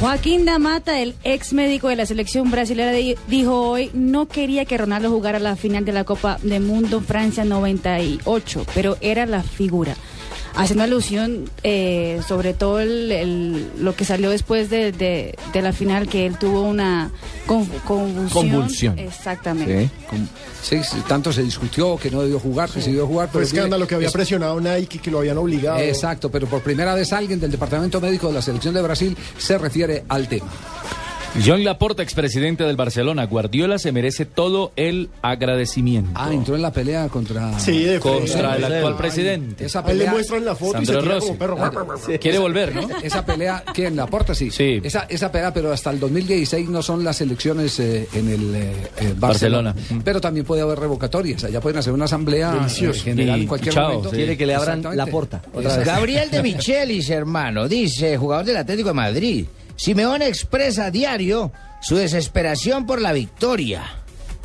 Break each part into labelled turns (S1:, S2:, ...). S1: Joaquín Damata, el ex médico de la selección brasileña, di- dijo hoy no quería que Ronaldo jugara la final de la Copa del Mundo Francia 98, pero era la figura. Haciendo alusión eh, sobre todo el- el- lo que salió después de, de- de la final, que él tuvo una con- convulsión.
S2: Convulsión.
S1: Exactamente.
S2: Sí, con- sí, sí, tanto se discutió que no debió jugar, que se debió jugar.
S3: Fue
S4: Pues
S2: pero mire,
S3: escándalo que había
S2: es-
S3: presionado Nike, que lo habían obligado.
S2: Exacto, pero por primera vez alguien del Departamento Médico de la Selección de Brasil se refiere al tema.
S4: John Laporta, expresidente del Barcelona, Guardiola se merece todo el agradecimiento
S2: Ah, entró en la pelea contra...
S3: Sí, de
S4: contra
S3: frente.
S4: el actual
S3: Ay,
S4: presidente.
S2: Esa
S3: Ahí le
S2: pelea,
S3: muestran la foto y
S4: Sandro
S3: se tira
S4: Rossi.
S3: como perro.
S4: Quiere volver, ¿no?
S2: esa pelea, ¿quién? ¿La Porta? Sí.
S4: Sí.
S2: Esa, esa pelea, pero hasta el 2016 no son las elecciones eh, en el eh, eh, Barcelona.
S4: Barcelona.
S2: Pero también puede haber revocatorias. Allá pueden hacer una asamblea eh, general
S4: Y-
S2: en
S4: y
S2: cualquier
S4: chao,
S2: momento.
S4: sí.
S5: Quiere que le abran
S2: Exactamente.
S5: la puerta. Otra vez.
S6: Gabriel de Michelis, hermano, dice, jugador del Atlético de Madrid, Simeón expresa a diario su desesperación por la victoria.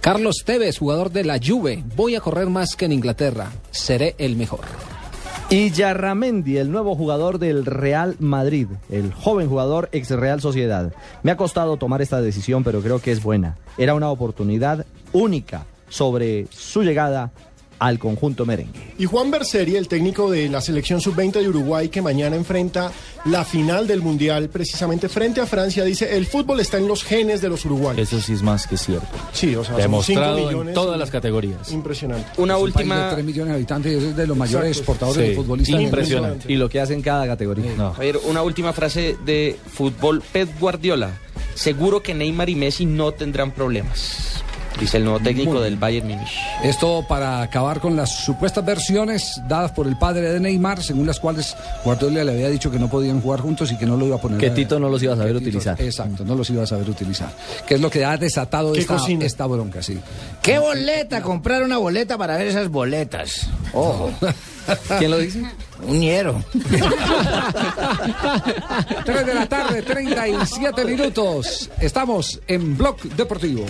S2: Carlos Tevez, jugador de la Juve. Voy a correr más que en Inglaterra. Seré el mejor.
S5: Y Yarramendi, el nuevo jugador del Real Madrid, el joven jugador ex Real Sociedad. Me ha costado tomar esta decisión, pero creo que es buena. Era una oportunidad única sobre su llegada al conjunto merengue.
S3: Y Juan Berseri, el técnico de la selección sub-20 de Uruguay, que mañana enfrenta la final del Mundial, precisamente frente a Francia, dice, el fútbol está en los genes de los uruguayos.
S4: Eso sí es más que cierto.
S3: Sí, o sea, son cinco
S4: Demostrado
S3: millones.
S4: en todas las categorías.
S3: Impresionante.
S7: Una
S2: Es un país de
S7: última,
S2: 3 millones de habitantes es de los mayores
S3: Exacto.
S2: exportadores de
S4: Sí,
S2: futbolistas. del mundo.
S4: Impresionante.
S5: Y lo que hace en cada categoría.
S4: No.
S7: a ver, una última frase de fútbol Pep Guardiola. Seguro que Neymar y Messi no tendrán problemas. Dice el nuevo técnico del Bayern Múnich.
S2: Esto para acabar con las supuestas versiones dadas por el padre de Neymar, según las cuales Guardiola le había dicho que no podían jugar juntos y que no lo iba a poner.
S5: Que
S2: a-
S5: Tito no los iba a saber
S2: que Tito-
S5: utilizar.
S2: Exacto, no los iba a saber utilizar. Que es lo que ha desatado
S3: ¿Qué
S2: esta,
S3: cocina?
S2: esta bronca, sí.
S6: ¿Qué boleta? Comprar una boleta para ver esas boletas. Ojo,
S5: ¿Quién lo dice?
S6: Oh. un ñero.
S2: 3 de la tarde, 37 minutos. Estamos en Blog Deportivo.